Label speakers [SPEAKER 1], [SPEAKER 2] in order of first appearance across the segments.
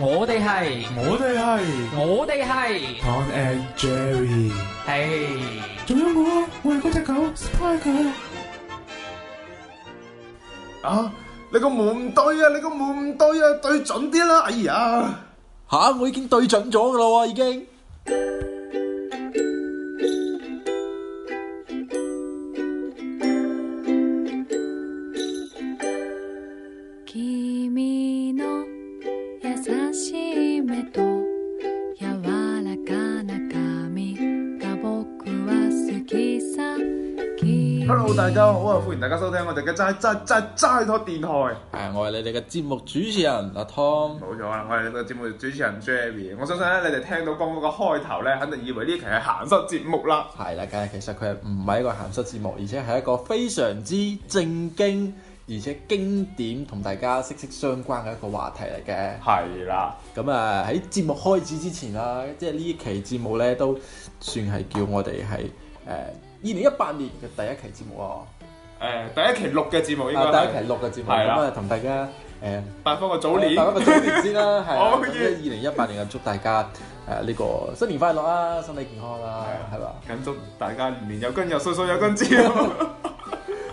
[SPEAKER 1] 我哋係，
[SPEAKER 2] 我哋係
[SPEAKER 1] 我哋係，
[SPEAKER 2] Tom and Jerry，
[SPEAKER 1] 係。
[SPEAKER 2] 仲有我，我係嗰隻狗 Spy 狗。
[SPEAKER 3] 啊！你個門唔對啊！你個門唔對啊！對準啲啦！哎呀，
[SPEAKER 4] 吓、我已經對準咗噶啦喎，已經。
[SPEAKER 5] 君の優しい目と柔らかな髪が僕は好きさ
[SPEAKER 3] Hello，大家好啊！歡迎大家收聽我哋嘅齋齋齋齋托電台，
[SPEAKER 4] 係，我係你哋嘅節目主持人阿 Tom。
[SPEAKER 3] 冇錯啊！我係你個節目主持人 Jerry。我相信咧，你哋聽到剛剛個開頭咧，肯定以為呢期係鹹濕節目啦。
[SPEAKER 4] 係啦，梗係其實佢係唔係一個鹹濕節目，而且係一個非常之正經，而且經典同大家息息相關嘅一個話題嚟嘅。
[SPEAKER 3] 係啦，
[SPEAKER 4] 咁啊喺節目開始之前啦，即係呢期節目咧都算係叫我哋係誒二零一八年嘅第一期節目啊，
[SPEAKER 3] 誒、第一期錄嘅節目應該
[SPEAKER 4] 啊第
[SPEAKER 3] 係
[SPEAKER 4] 一期錄嘅節目，
[SPEAKER 3] 係
[SPEAKER 4] 咁
[SPEAKER 3] 啦
[SPEAKER 4] 啊同大家誒。
[SPEAKER 3] 拜翻個早年，
[SPEAKER 4] 大家個早年 先啦，係啊
[SPEAKER 3] 好，嘢
[SPEAKER 4] 二零一八年啊，祝大家誒呢個新年快樂啦，身體健康啦，係嘛？
[SPEAKER 3] 咁祝大家年年有今日，歲歲有今朝。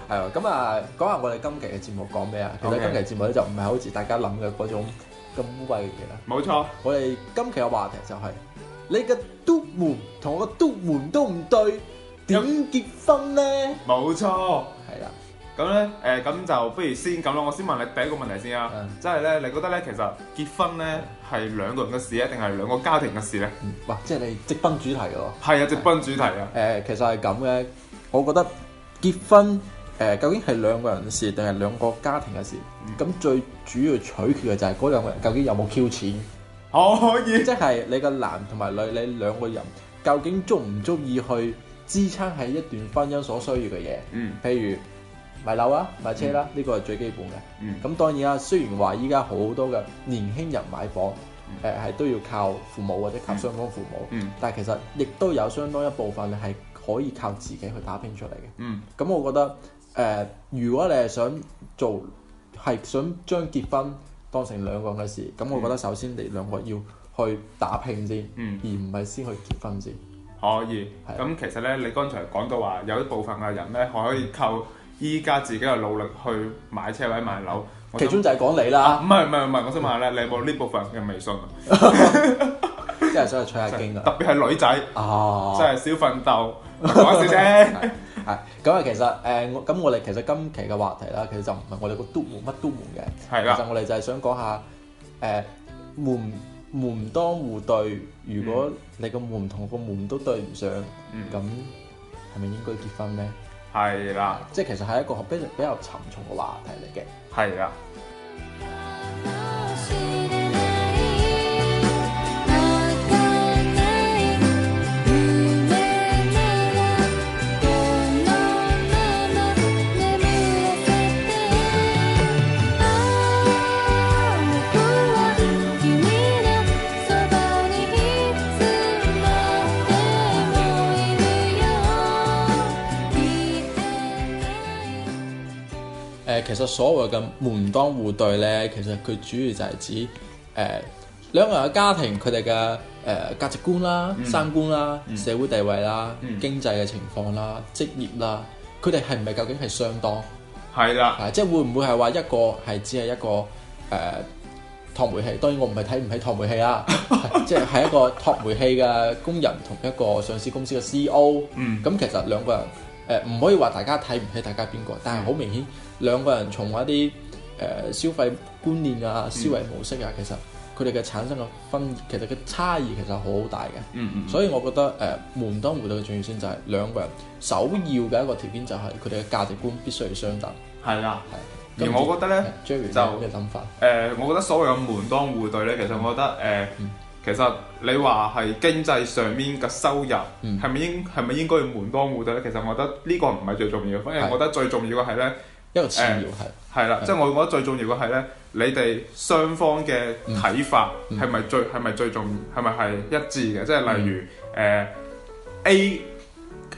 [SPEAKER 4] 係啊，咁啊，講下我哋今期嘅節目講咩啊？其實
[SPEAKER 3] OK
[SPEAKER 4] 今期節目咧就唔係好似大家諗嘅嗰種咁污穢嘅嘢啦。
[SPEAKER 3] 冇錯，
[SPEAKER 4] 我哋今期嘅話題就係你嘅督門同我嘅督門都唔對，點結婚咧？
[SPEAKER 3] 冇錯。
[SPEAKER 4] 係啦，
[SPEAKER 3] 咁咧，誒、咁就不如先咁啦。我先問你第一個問題先啊，
[SPEAKER 4] 嗯
[SPEAKER 3] 即係咧，你覺得咧，其實結婚咧係兩個人嘅事啊咧，定係兩個家庭嘅事咧？
[SPEAKER 4] 嗯哇！即係你直奔主題嘅喎。
[SPEAKER 3] 係啊，直奔主題啊
[SPEAKER 4] 誒、，其實係咁嘅，我覺得結婚誒、究竟係兩個人嘅事定係兩個家庭嘅事？咁、最主要取決嘅就係嗰兩個人究竟有冇 Q 錢，
[SPEAKER 3] 可以，
[SPEAKER 4] 即係你個男同埋女，你兩個人究竟足唔足以去支撐喺一段婚姻所需要嘅嘢？
[SPEAKER 3] 嗯
[SPEAKER 4] 譬如買樓啊、買車啦、呢個係最基本嘅。
[SPEAKER 3] 嗯，
[SPEAKER 4] 咁當然啦，雖然話依家好多嘅年輕人買房，誒、係都要靠父母或者靠雙方父母，
[SPEAKER 3] 嗯
[SPEAKER 4] 但係其實亦都有相當一部分你係可以靠自己去打拼出嚟嘅。
[SPEAKER 3] 嗯
[SPEAKER 4] 咁我覺得誒、如果你係想做係想將結婚當成兩個人嘅事，咁我覺得首先你兩個要去打拼先，
[SPEAKER 3] 嗯
[SPEAKER 4] 而唔係先去結婚先。
[SPEAKER 3] 可以。
[SPEAKER 4] 係
[SPEAKER 3] 咁其實咧，你剛才講到話有一部分嘅人咧，可以靠依家自己嘅努力去買車或者買樓。我
[SPEAKER 4] 其
[SPEAKER 3] 想啊
[SPEAKER 4] 中就係講你啦，
[SPEAKER 3] 唔係唔係唔係，我想問下咧，你有冇呢部分人嘅微信啊？
[SPEAKER 4] 即係想去取下經 啊。
[SPEAKER 3] 特別係女仔，
[SPEAKER 4] 哦，
[SPEAKER 3] 真係少奮 鬥，講笑啫。
[SPEAKER 4] 係咁啊，其實誒，呃我咁、我哋其實今期嘅話題啦，其實就唔係我哋個督門乜督門嘅，
[SPEAKER 3] 係啦
[SPEAKER 4] 其實我哋就係想講下誒、呃、門門當戶對，如果你個門同個門都對唔上，咁
[SPEAKER 3] 嗯
[SPEAKER 4] 係咪應該結婚咧？
[SPEAKER 3] 係啦，
[SPEAKER 4] 即係其實係一個比較比較沉重嘅話題嚟嘅。
[SPEAKER 3] 係啦。
[SPEAKER 5] 知れない儚い夢ならこのまま眠らせてああ僕は君のそばにいつ
[SPEAKER 4] 誒、
[SPEAKER 5] までもいるよ言えない
[SPEAKER 4] 呃其實所謂嘅門當戶對咧，其實佢主要就係指誒、呃兩個人嘅家庭佢哋嘅誒價值觀啦、三觀啦、社會地位啦、經濟嘅情況啦、職業啦，佢哋係唔係究竟係相當？
[SPEAKER 3] 係啦，
[SPEAKER 4] 啊，即係會唔會係話一個係只係一個誒、托煤氣？當然我唔係睇唔起托煤氣 啦，即係係一個托煤氣嘅工人同一個上市公司嘅 CEO。
[SPEAKER 3] 嗯
[SPEAKER 4] 咁其實兩個人誒唔、可以話大家睇唔起大家邊個，
[SPEAKER 3] 嗯
[SPEAKER 4] 但係好明顯兩個人從一啲誒、消費觀念啊、
[SPEAKER 3] 嗯
[SPEAKER 4] 思維模式啊，其實佢哋嘅產生嘅分，其實嘅差異其實好大嘅。
[SPEAKER 3] 嗯嗯，
[SPEAKER 4] 所以我覺得誒、呃、門當戶對嘅重要性就係兩個人首要嘅一個條件就係佢哋嘅價值觀必須要相等。
[SPEAKER 3] 係啦。
[SPEAKER 4] 係
[SPEAKER 3] 而我覺得咧，
[SPEAKER 4] j e r r y
[SPEAKER 3] 就
[SPEAKER 4] 有咩諗法？
[SPEAKER 3] 誒、我覺得所謂嘅門當戶對咧，其實我覺得誒、
[SPEAKER 4] 嗯
[SPEAKER 3] 其實你話係經濟上面嘅收入
[SPEAKER 4] 嗯
[SPEAKER 3] 係咪、應係咪應該要門當戶對咧？其實我覺得呢個唔係最重要，反而
[SPEAKER 4] 係
[SPEAKER 3] 我覺得最重要嘅係咧，
[SPEAKER 4] 一個次要係
[SPEAKER 3] 係啦，即係我覺得最重要嘅係咧，你哋雙方嘅睇法
[SPEAKER 4] 嗯
[SPEAKER 3] 係咪最係咪最重係咪係一致嘅？即係例如誒、A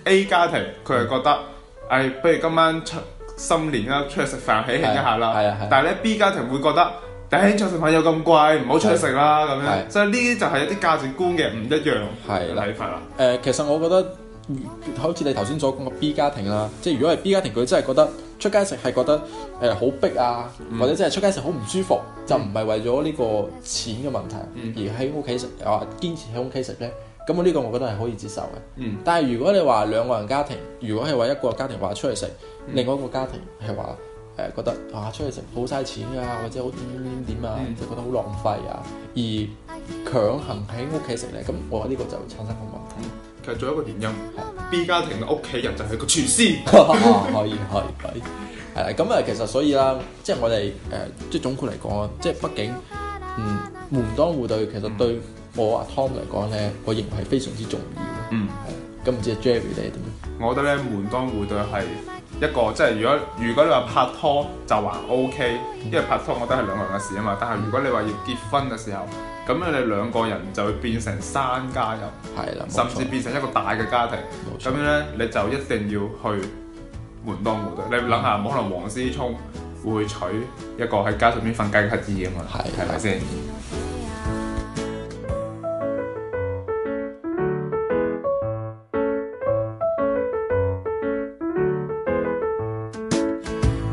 [SPEAKER 3] A 家庭佢係覺得誒、
[SPEAKER 4] 嗯
[SPEAKER 3] 哎不如今晚出新年啦，出去食飯喜慶一下啦。
[SPEAKER 4] 係係啊係啊
[SPEAKER 3] 但係咧 B 家庭會覺得。頂出去食飯有咁貴，唔好出去食啦咁樣。
[SPEAKER 4] 係
[SPEAKER 3] 即係呢啲就係一啲價值觀嘅唔一樣
[SPEAKER 4] 係
[SPEAKER 3] 嘅
[SPEAKER 4] 啦
[SPEAKER 3] 睇法啦。
[SPEAKER 4] 誒、呃其實我覺得嗯好似你頭先所講嘅 B 家庭啦，即係如果係 B 家庭，佢真係覺得出街食係覺得誒好逼啊，
[SPEAKER 3] 嗯
[SPEAKER 4] 或者真係出街食好唔舒服，就唔係為咗呢個錢嘅問題，
[SPEAKER 3] 嗯
[SPEAKER 4] 而喺屋企食啊堅持喺屋企食呢。咁我呢個我覺得係可以接受嘅。
[SPEAKER 3] 嗯
[SPEAKER 4] 但係如果你話兩個人家庭，如果係話一個家庭話出去食，
[SPEAKER 3] 嗯
[SPEAKER 4] 另外一個家庭係話誒覺得啊出去食好嘥錢啊，或者好點點點啊，
[SPEAKER 3] 嗯
[SPEAKER 4] 就覺得好浪費啊，而強行喺屋企食呢，咁我呢個就產生個問題。
[SPEAKER 3] 其實仲有一個原因，B 家庭嘅屋企人就係個廚師。
[SPEAKER 4] 啊可以可以可以，係啦，咁啊其實所以啦，即係我哋誒、即係總括嚟講啊，即係畢竟嗯門當戶對，其實對我阿 Tom 嚟講咧，我認為係非常之重要。
[SPEAKER 3] 嗯。
[SPEAKER 4] 咁唔知 Jerry 你係點樣？
[SPEAKER 3] 我覺得咧門當戶對係一個即係如果如果你話拍拖就還 O K，因為拍拖我覺得係兩個人嘅事啊嘛。但係如果你話要結婚嘅時候，咁樣你兩個人就會變成三家人，
[SPEAKER 4] 係啦，冇
[SPEAKER 3] 甚
[SPEAKER 4] 錯
[SPEAKER 3] 至變成一個大嘅家庭。
[SPEAKER 4] 冇
[SPEAKER 3] 咁
[SPEAKER 4] 錯
[SPEAKER 3] 樣咧你就一定要去門當戶對。你諗下，冇可能黃思聰會娶一個喺街上面瞓街嘅乞兒啊嘛，
[SPEAKER 4] 係
[SPEAKER 3] 係咪先？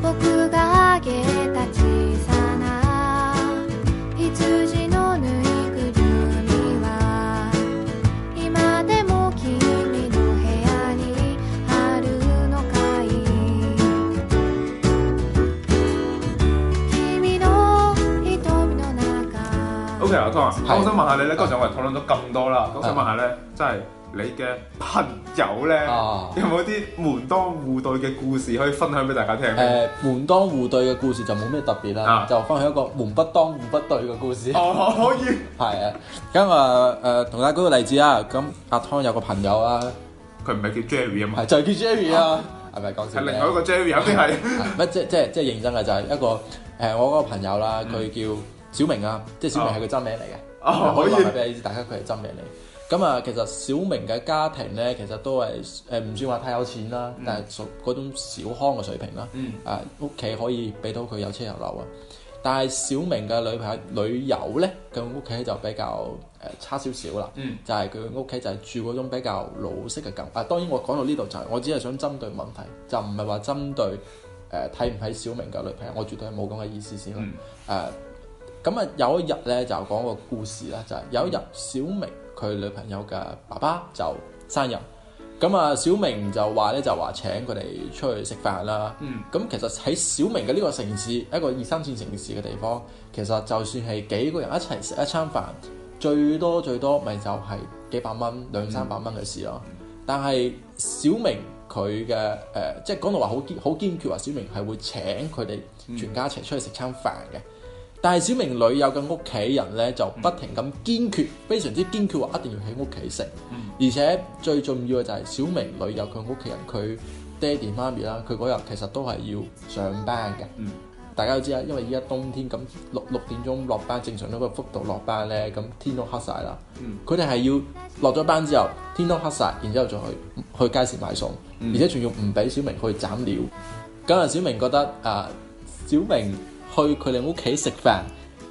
[SPEAKER 5] 僕があげた小さな羊のぬいぐるみは今でも君の部屋にあるのかい君の瞳の中
[SPEAKER 3] O.K. 阿湯啊，
[SPEAKER 4] 係
[SPEAKER 3] 我想問下你咧，剛才我哋討論咗咁多啦，咁想問下咧，即係你嘅朋友咧，
[SPEAKER 4] 啊
[SPEAKER 3] 有冇啲門當戶對嘅故事可以分享俾大家聽？
[SPEAKER 4] 誒門當戶對嘅故事就冇咩特別啦，
[SPEAKER 3] 啊
[SPEAKER 4] 就分享一個門不當戶不對嘅故事。
[SPEAKER 3] 哦，可以，
[SPEAKER 4] 係啊，咁啊誒同大家舉個例子啊，咁阿 Tom 有個朋友啊，
[SPEAKER 3] 佢唔係叫 Jerry 啊嘛
[SPEAKER 4] 係，就係叫 Jerry 啊，係咪講笑
[SPEAKER 3] 係
[SPEAKER 4] 啫？
[SPEAKER 3] 另外一個 Jerry，肯定係
[SPEAKER 4] 唔即即即認真嘅就係一個誒、我嗰個朋友啦，佢叫小明啊，即小明係佢真名嚟嘅，
[SPEAKER 3] 哦
[SPEAKER 4] 啊可
[SPEAKER 3] 可
[SPEAKER 4] 以
[SPEAKER 3] 以
[SPEAKER 4] 話埋俾你知，大家佢係真名嚟。咁啊，其實小明嘅家庭咧，其實都係誒唔算話太有錢啦，但係屬嗰種小康嘅水平啦。
[SPEAKER 3] 嗯
[SPEAKER 4] 啊，屋企可以俾到佢有車有樓啊。但係小明嘅女朋友女友咧，佢屋企就比較誒、差少少啦。
[SPEAKER 3] 嗯
[SPEAKER 4] 就係佢屋企就係住嗰種比較老式嘅舊。啊，當然我講到呢度就係、我只係想針對問題，就唔係話針對誒睇唔睇小明嘅女朋友，我絕對係冇咁嘅意思先啦。
[SPEAKER 3] 嗯
[SPEAKER 4] 誒咁啊，有一日咧就講個故事啦，就係、有一日小明佢女朋友嘅爸爸就生日，咁啊小明就話咧就話請佢哋出去食飯啦。
[SPEAKER 3] 嗯
[SPEAKER 4] 咁其實喺小明嘅呢個城市，一個二三線城市嘅地方，其實就算係幾個人一齊食一餐飯，最多最多咪就係幾百蚊、兩三百蚊嘅事咯。但係小明佢嘅誒，即係講到話好堅好堅決話，小明係會請佢哋全家一齊出去食餐飯嘅。但係小明女友嘅屋企人咧就不停咁堅決，非常之堅決話一定要喺屋企食，
[SPEAKER 3] 嗯
[SPEAKER 4] 而且最重要嘅就係小明女友佢屋企人佢爹哋媽咪啦，佢嗰日其實都係要上班嘅。
[SPEAKER 3] 嗯
[SPEAKER 4] 大家都知啦，啊因為依家冬天咁六六點鐘落班，正常都個幅度落班咧，咁天都黑晒啦
[SPEAKER 3] 嗯。
[SPEAKER 4] 佢哋係要落咗班之後，天都黑晒，然之後再去去街市買餸，
[SPEAKER 3] 嗯
[SPEAKER 4] 而且仲要唔俾小明去斬料。咁啊，小明覺得啊、小明去佢哋屋企食飯，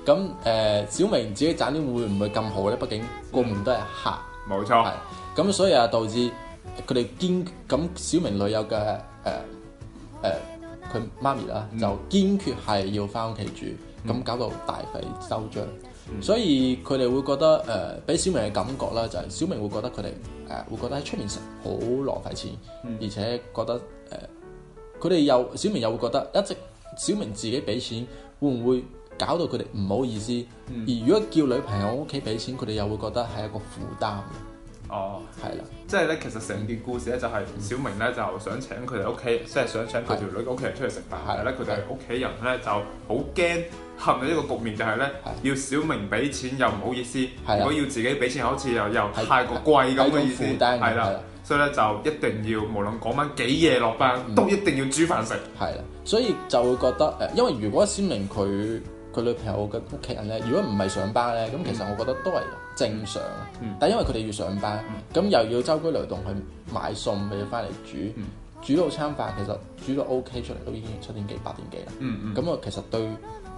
[SPEAKER 4] 咁誒、呃小明自己斬料會唔會咁好咧？畢竟個門都係客，
[SPEAKER 3] 冇
[SPEAKER 4] 係
[SPEAKER 3] 錯，
[SPEAKER 4] 咁，所以啊導致佢哋堅咁小明女友嘅誒誒佢媽咪啦，就堅決係要翻屋企住，咁、搞到大費周章。所以佢哋會覺得誒，俾、小明嘅感覺啦，就係、小明會覺得佢哋誒會覺得喺出面食好浪費錢，而且覺得誒。呃佢哋又小明又會覺得一直小明自己俾錢，會唔會搞到佢哋唔好意思？而如果叫女朋友屋企俾錢，佢哋又會覺得係一個負擔嘅，
[SPEAKER 3] 哦。
[SPEAKER 4] 係啦，
[SPEAKER 3] 即係咧，其實成件故事咧就係小明咧就想請佢哋屋企，即係想請佢條女嘅屋企人出去食飯，但係咧佢哋屋企人咧就好驚陷入一個局面，就係咧要小明俾錢又唔好意思，
[SPEAKER 4] 係啊
[SPEAKER 3] 如果要自己俾錢好似又又太過貴咁嘅意思，
[SPEAKER 4] 係一種負
[SPEAKER 3] 係
[SPEAKER 4] 擔係
[SPEAKER 3] 啦
[SPEAKER 4] 啦，
[SPEAKER 3] 所以咧就一定要無論嗰晚幾夜落班都一定要煮飯食，
[SPEAKER 4] 係啦，所以就會覺得誒、因為如果小明佢佢女朋友嘅屋企人咧，如果唔係上班咧，咁其實我覺得都係正常嘅。但因為佢哋要上班，咁、又要周居流動去買餸，又要翻嚟煮，煮到餐飯其實煮到 OK 出嚟都已經七點幾八點幾啦。
[SPEAKER 3] 嗯嗯
[SPEAKER 4] 咁啊，其實對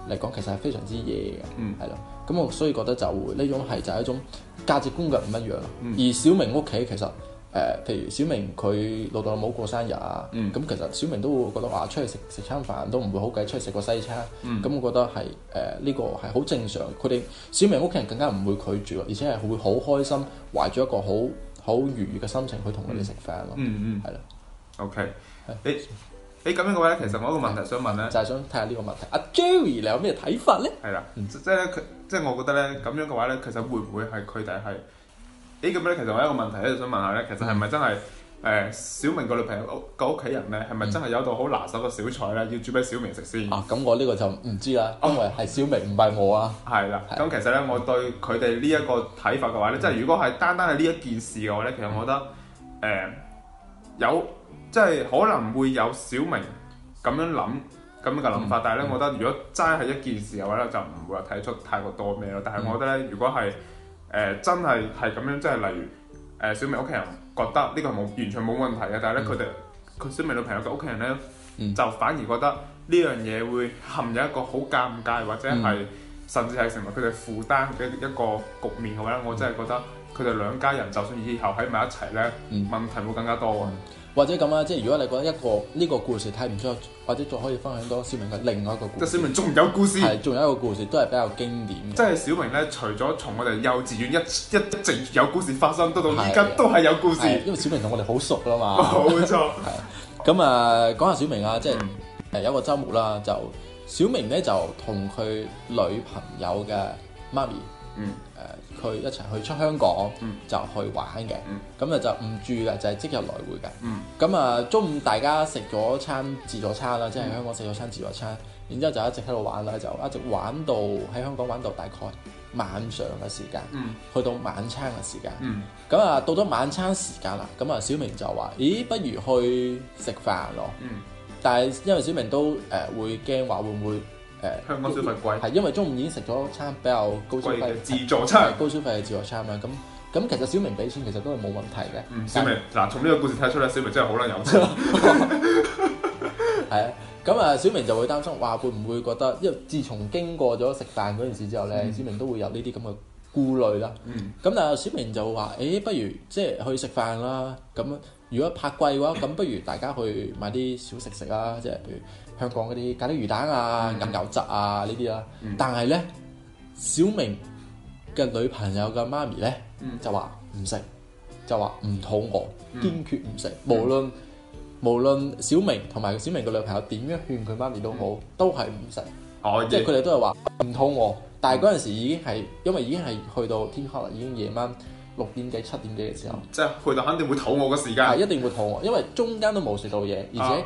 [SPEAKER 4] 嚟講，其實係非常之野嘅，
[SPEAKER 3] 嗯
[SPEAKER 4] 係咯、咁我所以覺得就會呢種係就係一種價值觀嘅唔一樣咯。
[SPEAKER 3] 嗯
[SPEAKER 4] 而小明屋企其實誒、呃譬如小明佢老豆老母過生日啊，咁、
[SPEAKER 3] 嗯
[SPEAKER 4] 其實小明都會覺得話啊出去食食餐飯都唔會好計，出去食個西餐。咁、
[SPEAKER 3] 嗯
[SPEAKER 4] 我覺得係誒呢個係好正常。佢哋小明屋企人更加唔會拒絕咯，而且係會好開心，懷住一個好好愉悅嘅心情去同佢哋食飯咯。
[SPEAKER 3] 嗯嗯
[SPEAKER 4] 係啦、
[SPEAKER 3] ，OK，
[SPEAKER 4] 係
[SPEAKER 3] 你你咁樣嘅話咧，其實我有一個問題想問咧。
[SPEAKER 4] 就係想睇下呢個問題。阿 Jerry 你有咩睇法呢？
[SPEAKER 3] 係啦，即即係咧，佢即係我覺得咧，咁樣嘅話咧，其實會唔會係佢哋係？誒咁咧，其實我有一個問題咧，想問下咧，其實係咪真係誒、小明個女朋友屋個屋企人咧，係咪真係有道好拿手嘅小菜咧，要煮俾小明食先？
[SPEAKER 4] 啊，咁我呢個就唔知啦，
[SPEAKER 3] 啊
[SPEAKER 4] 因為係小明唔係我啊。
[SPEAKER 3] 係啦，
[SPEAKER 4] 係嗯
[SPEAKER 3] 咁其實咧，我對佢哋呢一個睇法嘅話咧，即係如果係單單係呢一件事嘅話咧，其實我覺得誒、
[SPEAKER 4] 嗯
[SPEAKER 3] 有即係可能會有小明咁樣諗咁樣嘅諗法，
[SPEAKER 4] 嗯
[SPEAKER 3] 但係咧，我覺得如果齋係一件事嘅話咧，就唔會話睇出太過多咩咯。
[SPEAKER 4] 嗯
[SPEAKER 3] 但係我覺得咧，如果係誒、真係係咁樣，即係例如誒、小明屋企人覺得呢個係冇完全冇問題嘅，但係咧佢哋佢小明女朋友嘅屋企人咧。
[SPEAKER 4] 嗯
[SPEAKER 3] 就反而覺得呢樣嘢會陷入一個好尷尬，或者
[SPEAKER 4] 嗯
[SPEAKER 3] 係、甚至係成為佢哋負擔嘅一個局面嘅
[SPEAKER 4] 嗯
[SPEAKER 3] 話咧，我真係覺得佢哋兩家人就算以後喺埋一齊咧，
[SPEAKER 4] 嗯
[SPEAKER 3] 問題會更加多啊。
[SPEAKER 4] 或者咁啊，即係如果你覺得一個呢、個故事睇唔出，或者再可以分享多小明嘅另外一個
[SPEAKER 3] 即係
[SPEAKER 4] 故
[SPEAKER 3] 小
[SPEAKER 4] 事，
[SPEAKER 3] 明仲有故事，
[SPEAKER 4] 係仲有一個故事都係比較經典嘅
[SPEAKER 3] 即。係小明咧，除咗從我哋幼稚園一一一直有故事發生，到到依家
[SPEAKER 4] 係
[SPEAKER 3] 都係有故事，
[SPEAKER 4] 係因為小明同我哋好熟啦嘛。
[SPEAKER 3] 冇 錯。
[SPEAKER 4] 咁啊，講下小明啊，即係
[SPEAKER 3] 嗯
[SPEAKER 4] 誒有一個週末啦，就小明咧就同佢女朋友嘅媽咪。
[SPEAKER 3] 嗯
[SPEAKER 4] 誒佢一齊去出香港，
[SPEAKER 3] 嗯
[SPEAKER 4] 就去玩嘅
[SPEAKER 3] 嗯，
[SPEAKER 4] 咁啊就唔住嘅，就係即日來回嘅。
[SPEAKER 3] 嗯
[SPEAKER 4] 咁啊，中午大家食咗餐自助餐啦，即
[SPEAKER 3] 嗯
[SPEAKER 4] 係喺香港食咗餐自助餐，然之後就一直喺度玩啦，就一直玩到喺香港玩到大概晚上嘅時間，
[SPEAKER 3] 嗯
[SPEAKER 4] 去到晚餐嘅時間。
[SPEAKER 3] 嗯
[SPEAKER 4] 咁啊，到咗晚餐時間啦，咁啊，小明就話：咦，不如去食飯咯。
[SPEAKER 3] 嗯，
[SPEAKER 4] 但係因為小明都誒、呃、會驚話會唔會誒、呃
[SPEAKER 3] 香港消費貴，
[SPEAKER 4] 係因為中午已經食咗餐比較高消
[SPEAKER 3] 貴
[SPEAKER 4] 費
[SPEAKER 3] 嘅自助餐
[SPEAKER 4] 係。高消費嘅自助餐啦。咁咁其實小明俾錢其實都係冇問題嘅。
[SPEAKER 3] 嗯，小明嗱，從呢個故事睇出咧，小明真係好撚有 錢。
[SPEAKER 4] 係啊，咁啊，小明就會擔心，哇，會唔會覺得？因為自從經過咗食飯嗰件事之後咧，小明都會有呢啲咁嘅顧慮啦。
[SPEAKER 3] 嗯
[SPEAKER 4] 咁但係小明就話：，誒、不如即係去食飯啦。咁如果拍貴嘅話，咁不如大家去買啲小食食啦，即係譬如香港嗰啲咖喱魚蛋啊、
[SPEAKER 3] 嗯
[SPEAKER 4] 飲牛雜啊呢啲啦
[SPEAKER 3] 嗯。
[SPEAKER 4] 但係咧，小明嘅女朋友嘅媽咪咧
[SPEAKER 3] 嗯
[SPEAKER 4] 就話唔食，就話唔肚餓，
[SPEAKER 3] 嗯
[SPEAKER 4] 堅決唔食，無論。無論小明同埋小明嘅女朋友點樣勸佢媽咪都
[SPEAKER 3] 嗯
[SPEAKER 4] 好，都係唔食，
[SPEAKER 3] 可
[SPEAKER 4] 即係佢
[SPEAKER 3] 以。
[SPEAKER 4] 哋都係話唔肚餓。但係嗰陣時已經係因為已經係去到天黑啦，已經夜晚六點幾七點幾嘅時候，
[SPEAKER 3] 即係去到肯定會肚餓嘅時間
[SPEAKER 4] 係，啊一定會肚餓，因為中間都冇食到嘢，而且、
[SPEAKER 3] 啊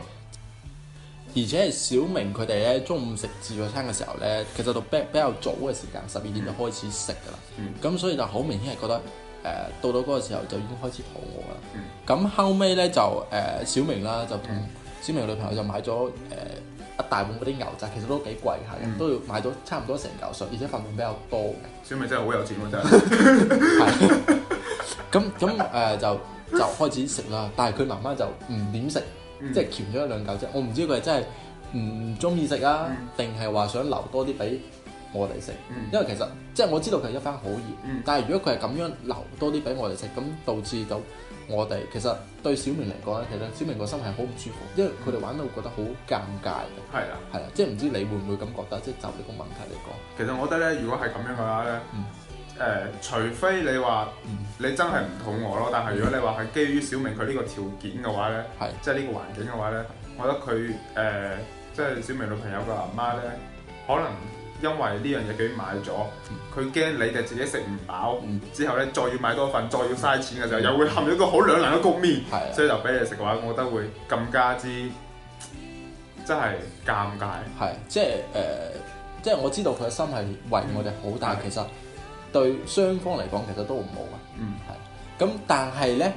[SPEAKER 4] 而且係小明佢哋咧中午食自助餐嘅時候咧，其實到比比較早嘅時間，十二點就開始食㗎啦。
[SPEAKER 3] 嗯
[SPEAKER 4] 咁、所以就好明顯係覺得誒、呃到到嗰個時候就已經開始肚餓啦。
[SPEAKER 3] 嗯
[SPEAKER 4] 咁、後尾咧就誒、呃小明啦，就同小明嘅女朋友就買咗誒、呃一大碗嗰啲牛雜，其實都幾貴下嘅，
[SPEAKER 3] 嗯
[SPEAKER 4] 都要買咗差唔多成嚿水，而且份量比較多嘅。
[SPEAKER 3] 小明真係好有錢喎，真係。嗯
[SPEAKER 4] 係咁咁誒就就開始食啦，但係佢媽媽就唔點食，
[SPEAKER 3] 嗯
[SPEAKER 4] 即係鉗咗一兩嚿啫。我唔知佢係真係唔中意食啊
[SPEAKER 3] 嗯，
[SPEAKER 4] 定係話想留多啲俾我哋食。
[SPEAKER 3] 嗯
[SPEAKER 4] 因為其實即係我知道佢係一番好意，
[SPEAKER 3] 嗯
[SPEAKER 4] 但係如果佢係咁樣留多啲俾我哋食，咁導致到我哋其實對小明嚟講咧，其實小明個心係好唔舒服，因為佢哋玩到覺得好尷尬嘅，
[SPEAKER 3] 係啦。
[SPEAKER 4] 係啦，啊即係唔知你會唔會咁覺得？即係就呢個問題嚟講。
[SPEAKER 3] 其實我覺得咧，如果係咁樣嘅話咧，誒、
[SPEAKER 4] 嗯
[SPEAKER 3] 除非你話
[SPEAKER 4] 嗯
[SPEAKER 3] 你真係唔肚餓咯，但係如果你話係基於小明佢呢個條件嘅話咧，
[SPEAKER 4] 係
[SPEAKER 3] 即係呢個環境嘅話咧，我覺得佢誒、即係小明女朋友嘅阿媽咧，可能因為呢樣嘢佢買咗，佢驚你哋自己食唔飽，
[SPEAKER 4] 嗯
[SPEAKER 3] 之後咧再要買多份，再要嘥錢嘅時候，又會陷入一個好兩難嘅局面，
[SPEAKER 4] 係啊
[SPEAKER 3] 所以就俾你食嘅話，我覺得會更加之真係尷尬。
[SPEAKER 4] 係，即係誒、呃即係我知道佢嘅心係為我哋好，但係其實對雙方嚟講其實都唔好啊
[SPEAKER 3] 嗯
[SPEAKER 4] 嘅。咁但係咧，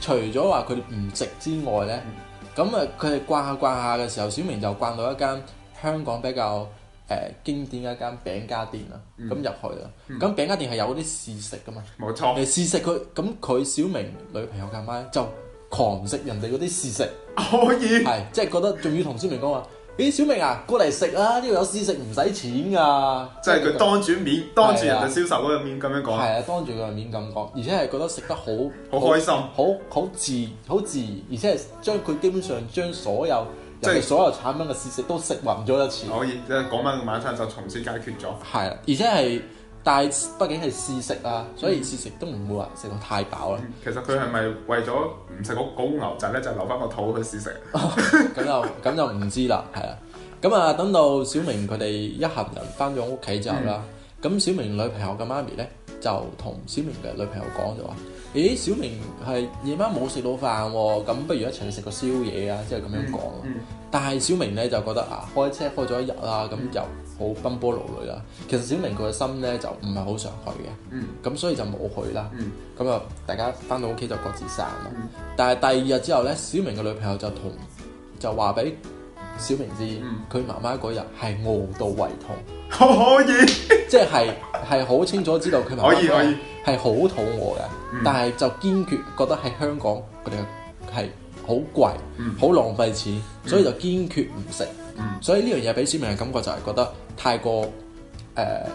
[SPEAKER 4] 除咗話佢哋唔值之外咧，
[SPEAKER 3] 嗯
[SPEAKER 4] 咁啊佢哋逛下逛下嘅時候，小明就逛到一間香港比較誒、呃、經典嘅一間餅家店啦，
[SPEAKER 3] 嗯
[SPEAKER 4] 咁入、去啦。咁、餅家店係有嗰啲試食噶嘛，
[SPEAKER 3] 冇錯。
[SPEAKER 4] 嚟試食佢，咁佢小明女朋友嘅阿媽就狂食人哋嗰啲試食。
[SPEAKER 3] 可以，
[SPEAKER 4] 係，即係覺得仲要同小明講話，咦，小明啊，過嚟食啊！呢度有試食唔使錢㗎。
[SPEAKER 3] 即係佢當住面當住人哋銷售嗰個面咁樣講，
[SPEAKER 4] 啊係啊，當住個面咁講，而且係覺得食得好
[SPEAKER 3] 好開心
[SPEAKER 4] 好好自好自然，而且係將佢基本上將所有
[SPEAKER 3] 即
[SPEAKER 4] 即
[SPEAKER 3] 係哦
[SPEAKER 4] 係所有產品嘅試食都食勻咗一次。
[SPEAKER 3] 可以即係講翻個晚餐就從此解決咗。
[SPEAKER 4] 係啦，啊而且係，但係畢竟係試食啊，所
[SPEAKER 3] 嗯
[SPEAKER 4] 以試食都唔會話食到太飽啦。
[SPEAKER 3] 其實佢係咪為咗唔食嗰嗰碗牛雜咧，就留翻個肚去試食？
[SPEAKER 4] 咁就咁就唔知啦，係啦。咁啊，等到小明佢哋一行人翻咗屋企之後啦，
[SPEAKER 3] 嗯
[SPEAKER 4] 咁、小明女朋友嘅媽咪咧就同小明嘅女朋友講就話：，咦，小明係夜晚冇食到飯喎、咁不如一齊去食個宵夜啊，即係咁樣講。
[SPEAKER 3] 嗯
[SPEAKER 4] 但係小明咧就覺得啊，開車開咗一日啦，咁就好奔波勞累啦。其實小明佢嘅心咧就唔係好想去
[SPEAKER 3] 嗯
[SPEAKER 4] 嘅，咁所以就冇去啦。
[SPEAKER 3] 嗯
[SPEAKER 4] 咁啊，大家翻到屋企就各自散啦。但係第二日之後咧，小明嘅女朋友就同就話俾小明知，
[SPEAKER 3] 嗯
[SPEAKER 4] 佢媽媽嗰日係餓到胃痛，
[SPEAKER 3] 可以，
[SPEAKER 4] 即係係好清楚知道佢媽媽
[SPEAKER 3] 可以
[SPEAKER 4] 嗰日
[SPEAKER 3] 可以嗯
[SPEAKER 4] 係好肚餓嘅，但係就堅決覺得喺香港佢哋係好貴，
[SPEAKER 3] 嗯
[SPEAKER 4] 好、浪費錢，所以就堅決唔食。
[SPEAKER 3] 嗯
[SPEAKER 4] 所以呢樣嘢俾小明嘅感覺就係覺得太過誒、呃、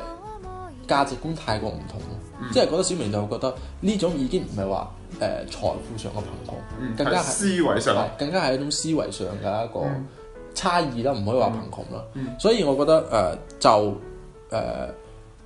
[SPEAKER 4] 價值觀太過唔同咯，
[SPEAKER 3] 嗯
[SPEAKER 4] 即係覺得小明就會覺得呢種已經唔係話誒財富上嘅貧窮，
[SPEAKER 3] 嗯，
[SPEAKER 4] 更
[SPEAKER 3] 係
[SPEAKER 4] 加係
[SPEAKER 3] 思維上
[SPEAKER 4] 係，更加係一種思維上嘅一個
[SPEAKER 3] 嗯
[SPEAKER 4] 差異啦，唔可以話貧窮啦。
[SPEAKER 3] 嗯
[SPEAKER 4] 所以我覺得誒、呃就誒、呃、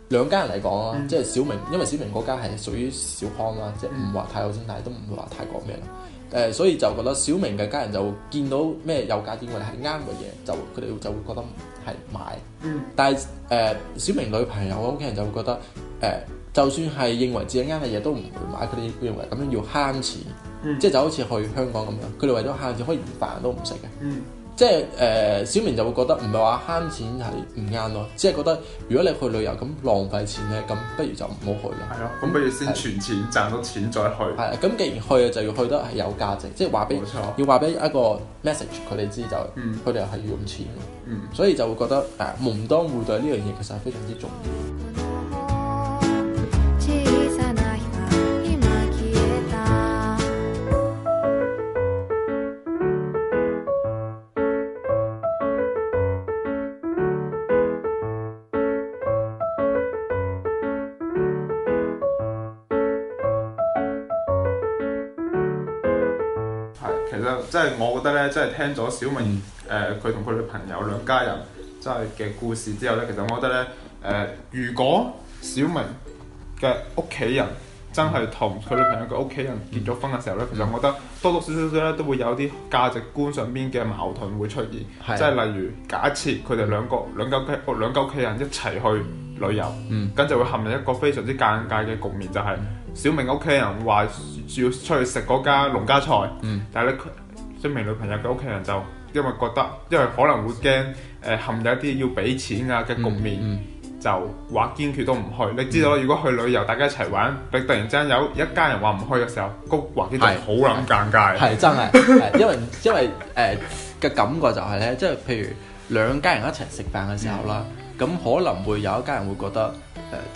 [SPEAKER 4] 兩家人嚟講啦，
[SPEAKER 3] 嗯
[SPEAKER 4] 即係小明，因為小明嗰家係屬於小康啦，即係唔話太有錢，但係都唔會話太過咩啦。誒、所以就覺得小明嘅家人就會見到咩有價錢或者係啱嘅嘢，就佢哋就會覺得係買。
[SPEAKER 3] 嗯
[SPEAKER 4] 但係誒、呃小明女朋友嘅屋企人就會覺得誒、呃就算係認為自己啱嘅嘢都唔會買，佢哋認為咁樣要慳錢，
[SPEAKER 3] 嗯
[SPEAKER 4] 即係就好似去香港咁樣，佢哋為咗慳錢可以連飯都唔食嘅。
[SPEAKER 3] 嗯
[SPEAKER 4] 即係誒、呃小明就會覺得唔係話慳錢係唔啱咯，只係覺得如果你去旅遊咁浪費錢咧，咁不如就唔好去啦。
[SPEAKER 3] 係咯，咁不如先存錢賺到錢再去，
[SPEAKER 4] 係啊，咁既然去嘅就要去得係有價值，即係話俾
[SPEAKER 3] 冇錯
[SPEAKER 4] 要話俾一個 message 佢哋知就，
[SPEAKER 3] 嗯
[SPEAKER 4] 佢哋係要用錢嘅，
[SPEAKER 3] 嗯。
[SPEAKER 4] 所以就會覺得誒、呃門當戶對呢樣嘢其實係非常之重要。
[SPEAKER 5] 「小さな火は今消えた」
[SPEAKER 3] 係，其實即係我覺得咧，即係聽咗小明誒佢同佢女朋友兩家人即係嘅故事之後咧，其實我覺得咧誒、如果小明嘅屋企人真係同佢女朋友嘅屋企人結咗婚嘅時候咧，其實我覺得多多少少咧都會有啲價值觀上邊嘅矛盾會出現，
[SPEAKER 4] 係
[SPEAKER 3] 即係例如假設佢哋兩個兩家屋企兩家屋企人一齊去旅遊，
[SPEAKER 4] 嗯
[SPEAKER 3] 咁就會陷入一個非常之尷尬嘅局面，就係、小明屋企人話要出去食嗰家農家菜，
[SPEAKER 4] 嗯
[SPEAKER 3] 但係咧小明女朋友嘅屋企人就因為覺得，因為可能會驚誒、呃陷入一啲要俾錢啊嘅局面，
[SPEAKER 4] 嗯
[SPEAKER 3] 就話堅決都唔去。你知道，如果去旅遊大家一齊玩，你突然之間有一家人話唔去嘅時候，個環境就
[SPEAKER 4] 係
[SPEAKER 3] 好撚尷尬。
[SPEAKER 4] 係真係，係因為因為誒嘅、感覺就係、咧，即係譬如兩家人一齊食飯嘅時候啦，咁、可能會有一家人會覺得誒、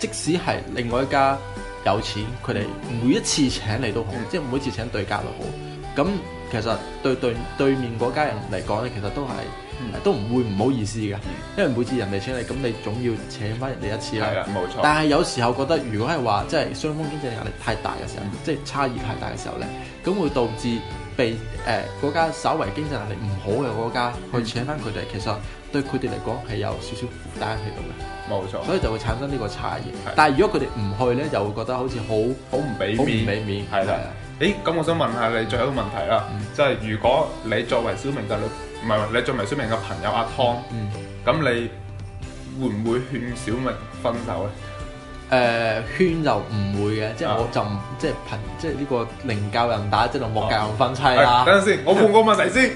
[SPEAKER 4] 即使係另外一家有錢，佢哋每一次請你都好，即係每一次請對家都好，咁其實對對對面嗰家人嚟講咧，其實都係。都唔會唔好意思嘅，因為每次人哋請你，咁你總要請翻人哋一次啦。
[SPEAKER 3] 係啊啦，冇錯。
[SPEAKER 4] 但係有時候覺得，如果係話即係雙方經濟壓力太大嘅時候，即係差異太大嘅時候咧，咁會導致被誒嗰、家稍為經濟能力唔好嘅嗰家去請翻佢哋，其實對佢哋嚟講係有少少負擔喺度嘅，
[SPEAKER 3] 冇錯，
[SPEAKER 4] 所以就會產生呢個差異
[SPEAKER 3] 嗯係。
[SPEAKER 4] 但係如果佢哋唔去咧，就會覺得好似好
[SPEAKER 3] 好唔俾
[SPEAKER 4] 好唔
[SPEAKER 3] 面。
[SPEAKER 4] 俾面，
[SPEAKER 3] 係啦
[SPEAKER 4] 啊。
[SPEAKER 3] 誒，咁我想問下你最後一個問題啦，即係如果你作為小明嘅女，唔係你作為小明嘅朋友阿湯，
[SPEAKER 4] 嗯
[SPEAKER 3] 咁你會唔會勸小明分手咧？
[SPEAKER 4] 誒、圈就唔會嘅，
[SPEAKER 3] 啊
[SPEAKER 4] 即係我就唔即係朋即係呢個寧教人打，即係莫教人分妻啦。
[SPEAKER 3] 等陣先，我換個問題先，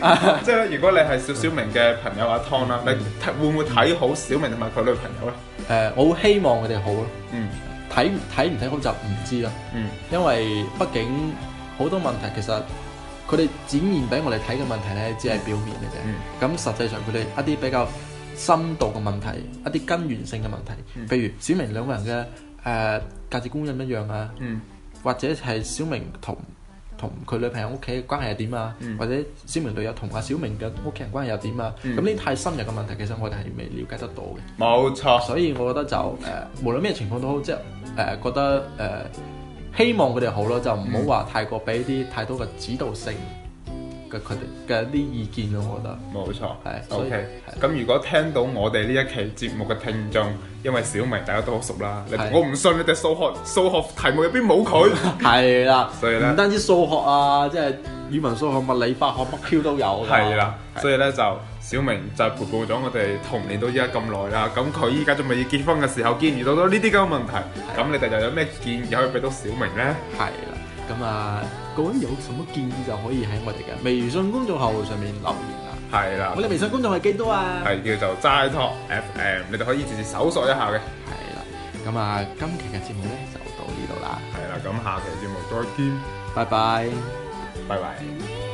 [SPEAKER 3] 即係咧，如果你係小小明嘅朋友阿湯啦，你睇會唔會睇好小明同埋佢女朋友咧？
[SPEAKER 4] 誒、我好希望佢哋好咯，
[SPEAKER 3] 嗯
[SPEAKER 4] 睇睇唔睇好就唔知啦。
[SPEAKER 3] 嗯
[SPEAKER 4] 因為畢竟好多問題其實佢哋展現俾我哋睇嘅問題咧，只係表面嘅啫。
[SPEAKER 3] 嗯
[SPEAKER 4] 咁、實際上佢哋一啲比較深度嘅問題，一啲根源性嘅問題，
[SPEAKER 3] 嗯
[SPEAKER 4] 譬如小明
[SPEAKER 3] ừ.
[SPEAKER 4] 兩個人嘅誒、呃、價值觀一唔一樣啊，
[SPEAKER 3] 嗯
[SPEAKER 4] 或者係小明同同佢女朋友屋企嘅關係係點啊，
[SPEAKER 3] 嗯
[SPEAKER 4] 或者小明女友同阿小明嘅屋企人關係又點啊，
[SPEAKER 3] 嗯
[SPEAKER 4] 咁呢啲太深入嘅問題，其實我哋係未了解得到嘅。
[SPEAKER 3] 冇錯，
[SPEAKER 4] 所以我覺得就誒、呃，無論咩情況都好，即係誒覺得誒、呃希望佢哋好咯，就唔好話太過俾啲太多嘅指導性嘅佢哋嘅一啲意見咯，我覺 得。
[SPEAKER 3] 冇錯
[SPEAKER 4] 係所以
[SPEAKER 3] ，OK。咁如果聽到我哋呢一期節目嘅聽眾，因為小明大家都好熟啦，你
[SPEAKER 4] 係
[SPEAKER 3] 我唔信你哋數學數學題目入邊冇佢，
[SPEAKER 4] 係啦，
[SPEAKER 3] 所以呢
[SPEAKER 4] 唔單止數學啊，即係語文、數學、物理、化學，乜 Q 都有㗎。
[SPEAKER 3] 係啦，哦所以咧就小明就陪伴咗我哋童年到依家咁耐啦。咁佢依家仲未結婚嘅時候，見遇到咗呢啲咁嘅問題，咁你哋又有咩建議可以俾到小明呢？
[SPEAKER 4] 係啦，咁啊，各位有什麼建議就可以喺我哋嘅微信公眾號上面留言啦。
[SPEAKER 3] 係啦
[SPEAKER 4] 我，哋微信公眾號係幾多啊？
[SPEAKER 3] 啊係叫做齋 talk FM，你哋可以自己搜索一下嘅。
[SPEAKER 4] 係啦，咁啊，今期嘅節目咧就到呢度啦，
[SPEAKER 3] 係啦，咁下期節目再見，
[SPEAKER 4] 拜拜。
[SPEAKER 3] 拜拜。
[SPEAKER 5] 「君に